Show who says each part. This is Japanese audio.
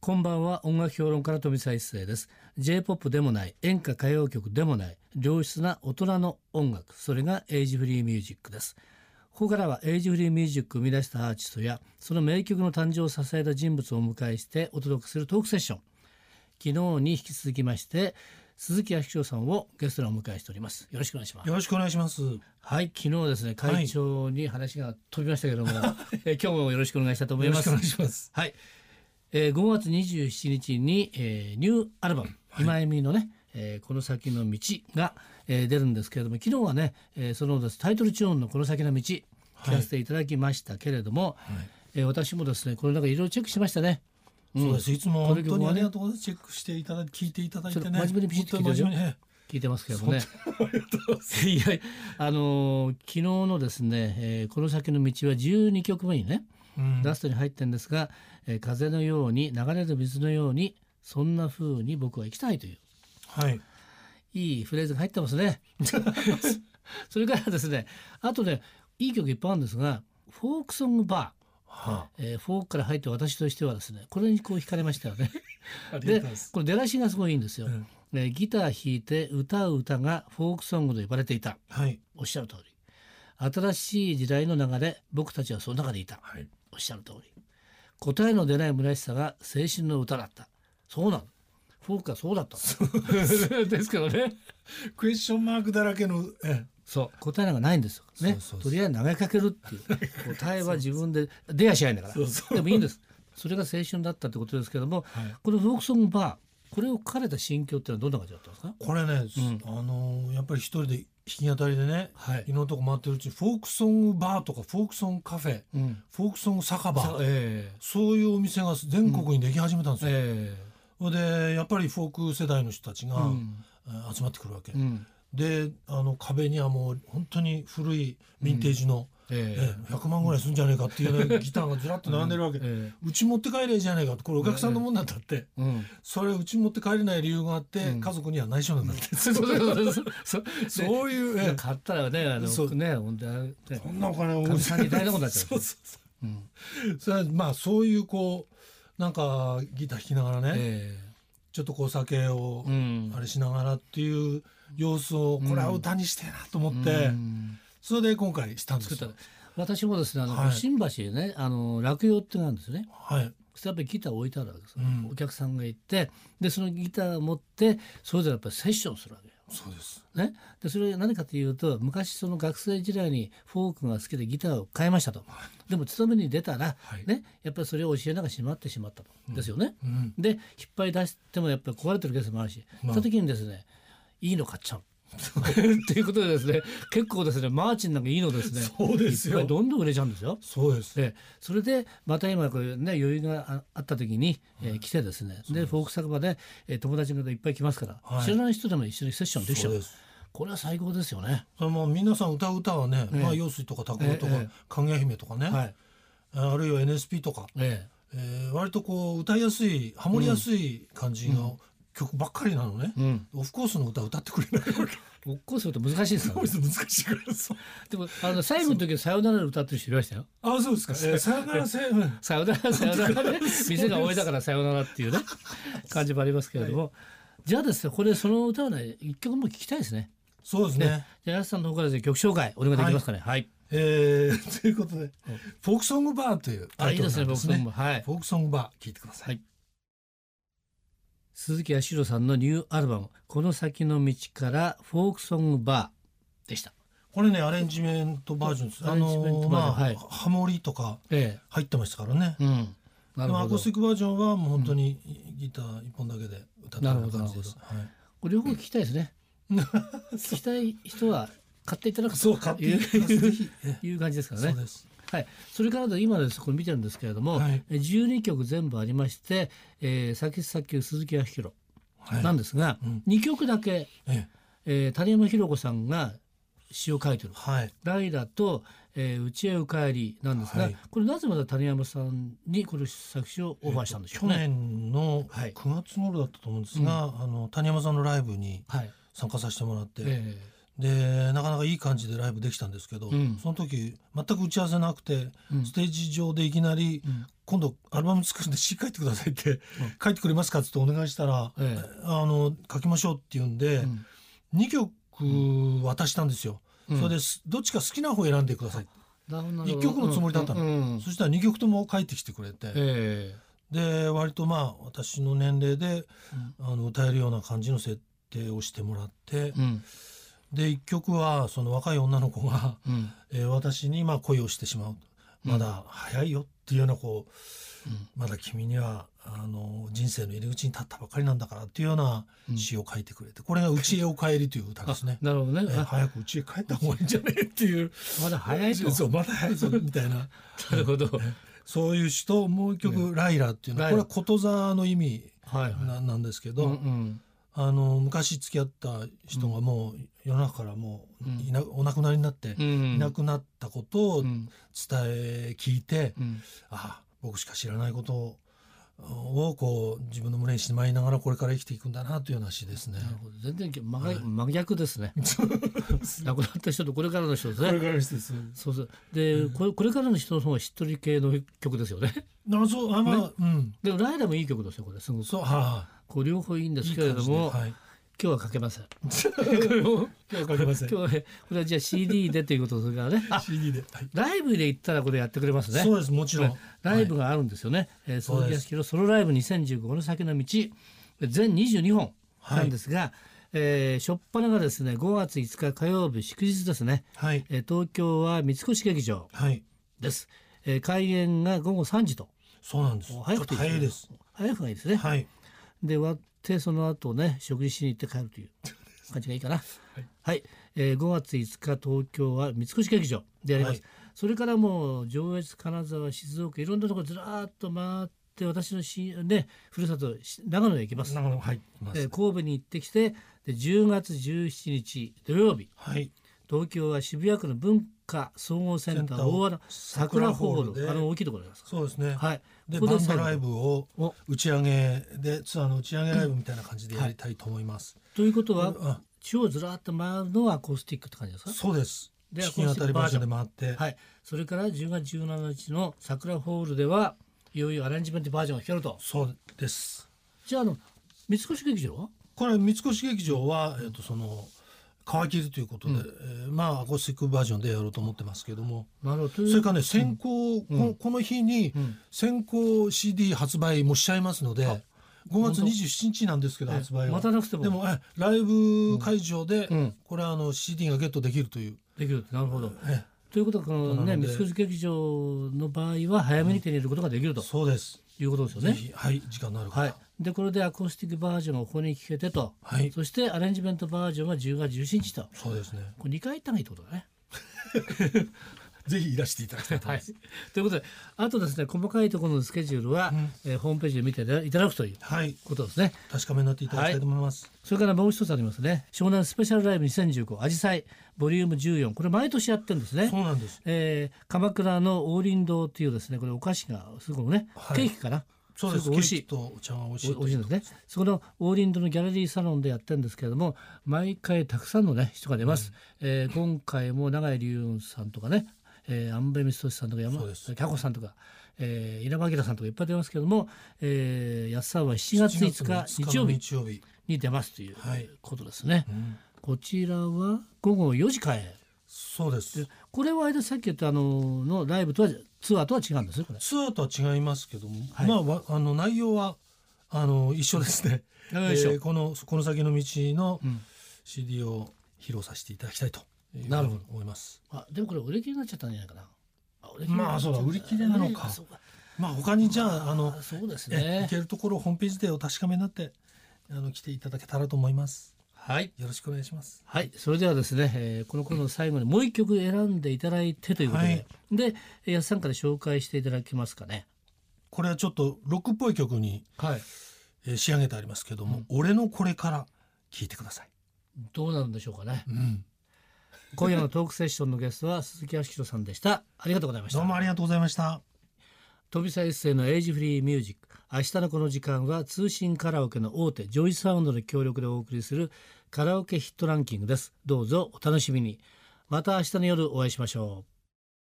Speaker 1: こんばんは音楽評論家の富澤一世です J-POP でもない演歌歌謡曲でもない良質な大人の音楽それがエイジフリーミュージックですここからはエイジフリーミュージックを生み出したアーティストやその名曲の誕生を支えた人物をお迎えしてお届けするトークセッション昨日に引き続きまして鈴木明章さんをゲストにお迎えしておりますよろしくお願いします
Speaker 2: よろしくお願いします。
Speaker 1: はい昨日ですね会長に話が飛びましたけど も、え今日もよろしくお願いしたいと思います
Speaker 2: いします。
Speaker 1: はい、えー、5月27日に、えーニューアルバム「今井美のね、えーこの先の道が」えー出るんですけれども昨日はね、えーそのですタイトルチューンの「この先の道」聞かせていただきましたけれども、えー私もですねこの中いろいろチェックしましたね。うん
Speaker 2: そうです。いつも
Speaker 1: この
Speaker 2: 本
Speaker 1: 曲
Speaker 2: 当
Speaker 1: はね
Speaker 2: にありがとうございます。チェックしていただき、聞いていただいてね。
Speaker 1: ちょっと真面目にピシッと聞いて
Speaker 2: 本当に真面目にね
Speaker 1: 聞いてますけどもね。いやいや あのー昨日のですね、えーこの先の道は12曲目にね、
Speaker 2: うん
Speaker 1: ラストに入ってるんですが、えー風のように流れる水のようにそんな風に僕は生きたいという
Speaker 2: はい。
Speaker 1: いいフレーズが入ってますね。 それからですね、あとね、いい曲いっぱいあるんですが、フォークソングバ
Speaker 2: は
Speaker 1: ー、えーフォークから入って私としてはですね、これにこう惹かれましたよ ね。
Speaker 2: あ。あ
Speaker 1: で
Speaker 2: りがとうございます、。
Speaker 1: これ出だしがすごいいいんですよ。
Speaker 2: うん
Speaker 1: えーギター弾いて歌う歌がフォークソングと呼ばれていた。
Speaker 2: はい。
Speaker 1: おっしゃる通り。新しい時代の流れ、僕たちはその中でいた。
Speaker 2: はい。
Speaker 1: おっしゃる通り答えの出ない虚しさが青春の歌だったそうなのフォークはそうだった のですけどね
Speaker 2: クエスチョンマークだらけの、え
Speaker 1: そう答えなんかないんですよね
Speaker 2: そうそうそう
Speaker 1: とりあえず投げかけるっていう答えは自分で出やしないんだから
Speaker 2: そうそう
Speaker 1: でもいいんですそれが青春だったってことですけども、
Speaker 2: はい
Speaker 1: このフォークソングバーこれを書かれた心境ってのはどんな感じだったんですか
Speaker 2: これね、
Speaker 1: ん
Speaker 2: あのーやっぱり一人で弾き語りでね、
Speaker 1: はい
Speaker 2: ろんなとこ回ってるうちに、フォークソングバーとか、フォークソングカフェ、
Speaker 1: うん
Speaker 2: フォークソング酒
Speaker 1: さ
Speaker 2: 場、
Speaker 1: え
Speaker 2: そういうお店が全国にでき始めたんです
Speaker 1: え
Speaker 2: よ。
Speaker 1: え
Speaker 2: で、やっぱりフォーク世代の人たちが、
Speaker 1: え
Speaker 2: えー集まってくるわけ。
Speaker 1: うん
Speaker 2: であの壁にはもう本当に古いヴィンテージの、
Speaker 1: え
Speaker 2: ええ100万ぐらいするんじゃねえかっていうようなギターがずらっと並んでるわけ、う
Speaker 1: え
Speaker 2: ち持って帰れじゃねえかってこれお客さんのもんなんだって、
Speaker 1: えうん
Speaker 2: それうち持って帰れない理由があって、
Speaker 1: うん
Speaker 2: 家族には内緒なんだって、
Speaker 1: そう そうそうそう
Speaker 2: そういう、ええ
Speaker 1: 買ったらね、あ
Speaker 2: そ
Speaker 1: の
Speaker 2: う
Speaker 1: ね、本当はね
Speaker 2: こんなお金を
Speaker 1: かみさんに大変なことになっちゃう
Speaker 2: そうそうそ
Speaker 1: うん
Speaker 2: うそれはまあそういうこうなんかギター弾きながらね、
Speaker 1: え
Speaker 2: ちょっとこう酒を
Speaker 1: えうん
Speaker 2: あれしながらっていう様子をこれは歌にしてえなと思って、
Speaker 1: うん
Speaker 2: それで今回したんです
Speaker 1: 作
Speaker 2: よ
Speaker 1: った。私もですね、あの、
Speaker 2: はい
Speaker 1: 新橋でね、あの落語ってなんですね。
Speaker 2: はい
Speaker 1: そしたらやっぱりギターを置いてあるわけですよ、
Speaker 2: うん
Speaker 1: お客さんが行って、でそのギターを持ってそれぞれやっぱりセッションするわけよ。
Speaker 2: そうです
Speaker 1: ね、でそれ何かというと昔その学生時代にフォークが好きでギターを買いましたとでも勤めに出たら、
Speaker 2: はい
Speaker 1: ね、やっぱりそれを教えながらしまってしまったと、ですよね。
Speaker 2: うん
Speaker 1: で引っ張り出してもやっぱり壊れてるケースもあるし、
Speaker 2: まあ
Speaker 1: その時にですねいいの買っちゃう。 ということでですね結構ですねマーチンなんかいいのですね
Speaker 2: そうです
Speaker 1: い
Speaker 2: よ
Speaker 1: っぱいどんどん売れちゃうんですよ。
Speaker 2: そうです
Speaker 1: でそれでまた今こういうね余裕がああった時に、えー来てですねでフォーク酒場で、えー友達の方いっぱい来ますから、
Speaker 2: はい
Speaker 1: 知らない人でも一緒にセッションできちゃ
Speaker 2: そう
Speaker 1: う
Speaker 2: です
Speaker 1: これは最高ですよね。
Speaker 2: それも皆さん歌う歌はね、
Speaker 1: ええ
Speaker 2: まあ陽水とか拓郎とか、
Speaker 1: ええええ
Speaker 2: かぐや姫とかね、
Speaker 1: はい
Speaker 2: あるいは NSP とか、
Speaker 1: え
Speaker 2: えー割とこう歌いやすいハモりやすい感じの曲ばっかりなのね、
Speaker 1: えうん、
Speaker 2: オフコースの歌歌ってくれないわけ
Speaker 1: おっこうすると難しいですからね、
Speaker 2: 難しい からそう
Speaker 1: でもあの最後の時は「さよなら」歌ってる人いましたよ。
Speaker 2: あそうですか、えーさよならせうん
Speaker 1: さよな らさよならね店が終えたからさよならっていうね感じもありますけれども、じゃあですねこれその歌をね一曲も聞きたいですね
Speaker 2: そうですね
Speaker 1: じゃあ安さんの方からですね曲紹介お願いできますかねはい、
Speaker 2: えーと いうことで「フォークソングバー」という
Speaker 1: あ
Speaker 2: タ
Speaker 1: い
Speaker 2: イ
Speaker 1: い
Speaker 2: ト
Speaker 1: で
Speaker 2: ル
Speaker 1: す
Speaker 2: な
Speaker 1: ね僕の
Speaker 2: んですね
Speaker 1: もはい
Speaker 2: フォークソングバー聞いてください、
Speaker 1: はい鈴木康弘さんのニューアルバム「この先の道」から「フォークソングバー」でした
Speaker 2: これねアレンジメントバージョンです
Speaker 1: ア
Speaker 2: あ
Speaker 1: レンジメントバージョ
Speaker 2: の
Speaker 1: ン
Speaker 2: まあ、
Speaker 1: はい
Speaker 2: ハモリとか
Speaker 1: え
Speaker 2: 入ってましたからね、
Speaker 1: えうんなる
Speaker 2: でも
Speaker 1: ほ
Speaker 2: アコー
Speaker 1: ど
Speaker 2: スティックバージョンはもう本当にギター一本だけで歌ったような感じです。はい
Speaker 1: これ両方聞きたいです ね聞きたい人は買っていただくと
Speaker 2: そう買っていただきます
Speaker 1: いう
Speaker 2: ぜひえ
Speaker 1: いう感じですから
Speaker 2: そ
Speaker 1: ね
Speaker 2: うです。
Speaker 1: はい、それからで今ですこれ見てるんですけれども、
Speaker 2: はい
Speaker 1: え12曲全部ありまして「えー、先々鈴木明弘
Speaker 2: は」い
Speaker 1: なんですが、
Speaker 2: うん
Speaker 1: 二2曲だけ、
Speaker 2: ええ
Speaker 1: えー、谷山ひろ子さんが詩を書いてる
Speaker 2: はい。
Speaker 1: 「ライラ」と「えー、家へお帰り」なんですが、
Speaker 2: はい
Speaker 1: これなぜまた谷山さんにこの作詞をオファーしたんでしょ
Speaker 2: 去
Speaker 1: うね。
Speaker 2: 年の
Speaker 1: はい
Speaker 2: 9月頃だったと思うんですが、あの谷山さんのライブに
Speaker 1: はい
Speaker 2: 参加させてもらって、
Speaker 1: え
Speaker 2: でなかなかいい感じでライブできたんですけど、
Speaker 1: うん
Speaker 2: その時全く打ち合わせなくて、
Speaker 1: うん
Speaker 2: ステージ上でいきなり、
Speaker 1: ん
Speaker 2: 今度アルバム作るんで詩書いてくださいって、書いてくれますかっつってお願いしたら、
Speaker 1: え
Speaker 2: あの書きましょうって言うんで、
Speaker 1: うん
Speaker 2: 二曲渡したんですよ。
Speaker 1: うん
Speaker 2: それですどっちか好きな方選んでください。
Speaker 1: なるほどなるほど
Speaker 2: 一曲のつもりだったの
Speaker 1: うんうんうん
Speaker 2: そしたら二曲とも書いてきてくれて、
Speaker 1: え
Speaker 2: で割とまあ私の年齢で、あの歌えるような感じの設定をしてもらって
Speaker 1: え、うん
Speaker 2: で一曲はその若い女の子が、
Speaker 1: うん
Speaker 2: えー私にまあ恋をしてしまうまだ早いよっていうようなこう、まだ君にはあの人生の入り口に立ったばかりなんだからっていうような詩を書いてくれてこれが「うちへお帰り」という歌ですね。
Speaker 1: なるほどね
Speaker 2: えー
Speaker 1: あ
Speaker 2: 早くうちへ帰った方がいいんじゃねえっていう
Speaker 1: まだ 早いと
Speaker 2: そうまだ早いぞみたいな
Speaker 1: なるほど
Speaker 2: そういう詩ともう一曲「ライラ」っていうのは
Speaker 1: ライ
Speaker 2: こ
Speaker 1: ラ
Speaker 2: れはことざの意味
Speaker 1: はいは
Speaker 2: ななんですけ
Speaker 1: い
Speaker 2: ど、
Speaker 1: うんうん
Speaker 2: あの昔付き合った人がもう世の中からもういな、お亡くなりになって
Speaker 1: う
Speaker 2: いなんくなったことを
Speaker 1: う
Speaker 2: 伝
Speaker 1: ん
Speaker 2: え聞いて、
Speaker 1: うん
Speaker 2: ああ僕しか知らないことををこう自分の胸にしまいながらこれから生きていくんだなというような詩ですね。
Speaker 1: なるほど全然真逆真逆ですね 亡くなった人とこれからの人ですね
Speaker 2: からの詩です。
Speaker 1: そうそうで、これこれからの人の方がしっとり系の曲ですよね
Speaker 2: あそうあまあ、うん
Speaker 1: でもライダーもいい曲ですよこれすごく
Speaker 2: そうは
Speaker 1: こう両方いいんで
Speaker 2: いい
Speaker 1: す
Speaker 2: い
Speaker 1: けれ
Speaker 2: 感
Speaker 1: ど
Speaker 2: じで
Speaker 1: も、
Speaker 2: はい。
Speaker 1: 今日はかけませんこれも
Speaker 2: 今日かけません
Speaker 1: 今日。はねこれはじゃあ CD でということですからね あ
Speaker 2: CD で、はい
Speaker 1: ライブで行ったらこれやってくれますね
Speaker 2: そうですもちろん。
Speaker 1: ライブがあるんですよね、えー
Speaker 2: そう
Speaker 1: 鈴木
Speaker 2: で
Speaker 1: 康弘ソロライブ2015の先の道全22本なんですが、えー、初っ端がですね5月5日火曜日祝日ですね、
Speaker 2: はい
Speaker 1: えー東京は三越劇場
Speaker 2: はい
Speaker 1: です、えー開演が午後3時と
Speaker 2: そうなんです。
Speaker 1: 早くて
Speaker 2: ちょっと早いです。
Speaker 1: 早くがいいですね、
Speaker 2: はい。
Speaker 1: で終わってその後ね食事しに行って帰るという感じがいいかな。はい、えー5月5日東京は三越劇場でやります。
Speaker 2: はい
Speaker 1: それからもう上越金沢静岡いろんなところずらーっと回って私のしねふるさとし長野へ行きます。
Speaker 2: 長野はいいます
Speaker 1: えー神戸に行ってきてで10月17日土曜日
Speaker 2: はい。
Speaker 1: 東京は渋谷区の文化総合センター
Speaker 2: センター
Speaker 1: 大和田桜
Speaker 2: 桜
Speaker 1: ホ
Speaker 2: ホ
Speaker 1: ール
Speaker 2: ールで
Speaker 1: あの大きいところです。
Speaker 2: そうですね。
Speaker 1: はい。
Speaker 2: で
Speaker 1: こ
Speaker 2: バ
Speaker 1: こ
Speaker 2: ンド
Speaker 1: 最後
Speaker 2: ライブを
Speaker 1: お
Speaker 2: 打ち上げでツアーの打ち上げライブみたいな感じでやりたいと思います。
Speaker 1: ということ
Speaker 2: うん
Speaker 1: は地方ずらーっと回るのはアコースティックって感じですか？
Speaker 2: そうです。
Speaker 1: で
Speaker 2: 弾き当たりバージョンで回っ て、
Speaker 1: はい、それから10月17日の桜ホールではいよいよアレンジメントバージョンが弾けると
Speaker 2: そうです。
Speaker 1: じゃああの三越劇場は
Speaker 2: これ三越劇場はえっ、とその皮切りということで、えーまあアコースティックバージョンでやろうと思ってますけども。
Speaker 1: なるほどと
Speaker 2: そ
Speaker 1: い
Speaker 2: れ
Speaker 1: う
Speaker 2: からね先行、このこの日に先行 CD 発売もしちゃいますので、5月27日なんですけど発売は
Speaker 1: 待たなくても
Speaker 2: でもえライブ会場で、
Speaker 1: ん
Speaker 2: これはあの CD がゲットできるという、
Speaker 1: できるなるほど
Speaker 2: え
Speaker 1: ということはこのね
Speaker 2: なの
Speaker 1: 三
Speaker 2: で
Speaker 1: 越劇場の場合は早めに手に入れることができると
Speaker 2: そうです、
Speaker 1: いうことですよ
Speaker 2: ぜ
Speaker 1: ね
Speaker 2: ひはい時間のある方
Speaker 1: はいでこれでアコースティックバージョンがここに聴けてと、
Speaker 2: はい
Speaker 1: そしてアレンジメントバージョンが10月17日と
Speaker 2: そうですね
Speaker 1: これ2回行った方がいいってことだね
Speaker 2: ぜひいらしていただきたいと
Speaker 1: は
Speaker 2: 思い
Speaker 1: い
Speaker 2: ます、、
Speaker 1: ということであとですね細かいところのスケジュールは、えーホームページで見ていただくという
Speaker 2: はい
Speaker 1: ことですね。
Speaker 2: 確かめになっていただきたいと思います、
Speaker 1: それからもう一つありますね湘南スペシャルライブ2015アジサイボリューム14これ毎年やってるんですね
Speaker 2: そう、なんです
Speaker 1: えー鎌倉の王林堂っていうですねこれお菓子がすごくね、
Speaker 2: はい
Speaker 1: ケーキかな
Speaker 2: そうです
Speaker 1: ごく美味し
Speaker 2: ケーキとお茶が美味し
Speaker 1: い
Speaker 2: い
Speaker 1: お美味しいんですねそこの王林堂のギャラリーサロンでやってるんですけれども毎回たくさんのね人が出ます、えー今回も永井隆雲さんとかねえー、アンベミストシさんとか山
Speaker 2: そうです
Speaker 1: キャコさんとか、えー、稲葉明さんとかいっぱい出ますけれども、えー、安さんは7月5日日曜日
Speaker 2: 日曜日
Speaker 1: に出ますという
Speaker 2: はい
Speaker 1: ことですね。こちらは午後4時開演。
Speaker 2: そうです
Speaker 1: これはあれでさっき言ったあののライブとはツアーとは違うんですよこれ。
Speaker 2: ツアーとは違いますけども、
Speaker 1: はい
Speaker 2: まあわあの内容はあの一緒ですね。
Speaker 1: よいしょ
Speaker 2: えーこのこの先の道の CD を披露させていただきたいというふうに
Speaker 1: なるほど
Speaker 2: 思います。
Speaker 1: あでもこれ売れ切りになっちゃったんじゃないかな。あ売れ
Speaker 2: まあそうだ売り切れなのか
Speaker 1: あそうか
Speaker 2: まあ他にじゃああの
Speaker 1: あそうです
Speaker 2: え
Speaker 1: ね
Speaker 2: 行け。るところをホームページでお確かめになってあの来ていただけたらと思います。
Speaker 1: はい。
Speaker 2: よろしくお願いします。
Speaker 1: はい、それではですね、えーこの頃の最後にもう一曲選んでいただいてということで、
Speaker 2: はい
Speaker 1: でえー安さんから紹介していただけますかね。
Speaker 2: これはちょっとロックっぽい曲に、
Speaker 1: はい。
Speaker 2: えー仕上げてありますけども、俺のこれから聞いてください。
Speaker 1: どうなるんでしょうかね。
Speaker 2: うん、
Speaker 1: 今夜のトークセッションのゲストは鈴木康弘さんでした。ありがとうございました。
Speaker 2: どうもありがとうございました。
Speaker 1: 飛び一世のエイジフリーミュージック明日のこの時間は通信カラオケの大手ジョイサウンドの協力でお送りするカラオケヒットランキングですどうぞお楽しみにまた明日の夜お会いしましょう